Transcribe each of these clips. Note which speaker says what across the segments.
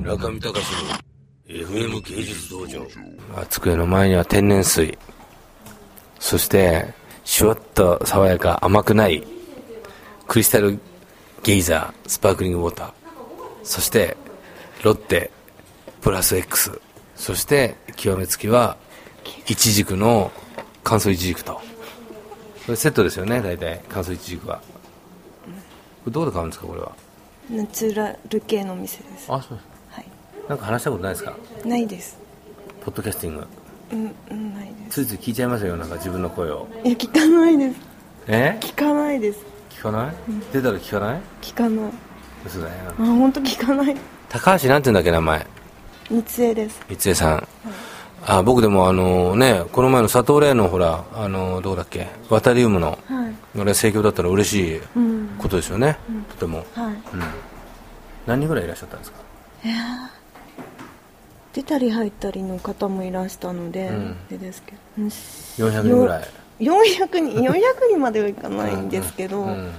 Speaker 1: 中見隆の FM 芸術道場あ机の前には天然水そしてシュワッと爽やか甘くないクリスタルゲイザースパークリングウォーターそしてロッテプラス X そして極めつきはイチジクの乾燥イチジクとこれセットですよね大体乾燥イチジクはこれどこで買うんですかこれは
Speaker 2: ナチュラル系のお店です
Speaker 1: あそうです
Speaker 2: はい
Speaker 1: なんか話したことないですか
Speaker 2: ないです
Speaker 1: ポッドキャスティング
Speaker 2: うんうんないです
Speaker 1: ついつい聞いちゃいますよなんか自分の声を
Speaker 2: いや聞かないです
Speaker 1: え
Speaker 2: 聞かないです
Speaker 1: 聞かない出たら聞かない
Speaker 2: 聞かない
Speaker 1: 嘘だよ
Speaker 2: あ本当聞かない
Speaker 1: 高橋なんて言うんだっけ名前
Speaker 2: 三江です
Speaker 1: 三江さん、あ僕でもあのねこの前の佐藤麗のほらあのどこだっけワタリウムの、
Speaker 2: はい
Speaker 1: あれ盛況だったら嬉しい
Speaker 2: うん
Speaker 1: ことですよね、とても
Speaker 2: はい
Speaker 1: 何人ぐらいいらっしゃったんですか
Speaker 2: 出たり入ったりの方もいらしたので、
Speaker 1: うん
Speaker 2: でですけどうん
Speaker 1: 400人ぐらい
Speaker 2: よ400人400人まではいかないんですけど、
Speaker 1: うんうん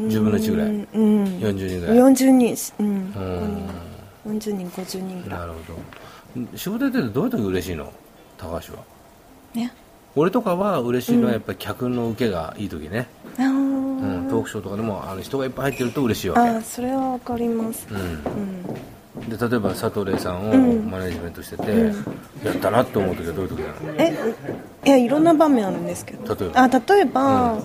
Speaker 1: 10分の1ぐらい、
Speaker 2: うんうん、
Speaker 1: 40人ぐらい
Speaker 2: 40人うん、
Speaker 1: ん
Speaker 2: 40人50人ぐら
Speaker 1: なるほど仕事やっててどういう時嬉しいの高橋はい
Speaker 2: ね
Speaker 1: 俺とかは嬉しいのはやっぱり客の受けがいい時ね、
Speaker 2: あー、
Speaker 1: うん、トークショーとかでもあの人がいっぱい入ってると嬉しい
Speaker 2: あ
Speaker 1: わ
Speaker 2: ーそれはわかります
Speaker 1: け、うん、
Speaker 2: うん、
Speaker 1: で例えば佐藤玲さんを
Speaker 2: うん
Speaker 1: マネジメントしてて、やったなって思う時はどういう時なの
Speaker 2: えいやいろんな場面あるんですけど
Speaker 1: 例えば
Speaker 2: あ例えば、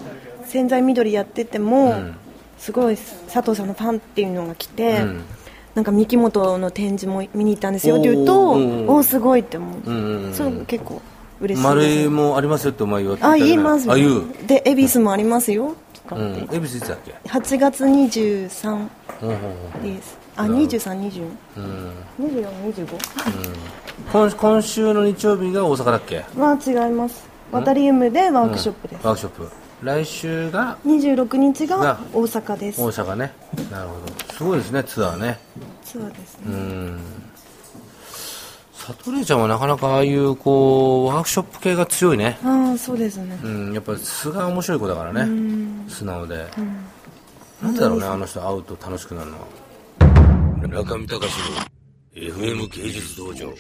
Speaker 2: 洗剤緑やってても、
Speaker 1: うん
Speaker 2: すごい佐藤さんのファンっていうのが来て、
Speaker 1: うん
Speaker 2: なんか三木本の展示も見に行ったんですよって言うと
Speaker 1: お
Speaker 2: お
Speaker 1: ー
Speaker 2: ーすごいって思う、
Speaker 1: うんうんうん
Speaker 2: それ結構嬉しい
Speaker 1: 丸
Speaker 2: で
Speaker 1: い
Speaker 2: す
Speaker 1: もありますよってお前言われ
Speaker 2: あ言います
Speaker 1: あ言う
Speaker 2: で恵比寿もありますよとか
Speaker 1: う
Speaker 2: っ
Speaker 1: ん
Speaker 2: て、
Speaker 1: 恵比寿いつだっけ
Speaker 2: 8月23
Speaker 1: うんうん
Speaker 2: ですあ2324
Speaker 1: うんうん
Speaker 2: 2425
Speaker 1: 今今週の日曜日が大阪だっけ
Speaker 2: は違いますワタリウムでワークショップです、
Speaker 1: ワークショップ来週が
Speaker 2: 26日
Speaker 1: が
Speaker 2: が大阪です
Speaker 1: 大阪ねなるほどすごいですねツアーね
Speaker 2: そうです
Speaker 1: う
Speaker 2: ね、
Speaker 1: ん佐藤玲ちゃんはなかなかああいうこうワークショップ系が強いね
Speaker 2: ああそうですね
Speaker 1: うんやっぱ素が面白い子だからね、素直で、なんでだろうねあの人会うと楽しくなるのは中見隆の FM 芸術道場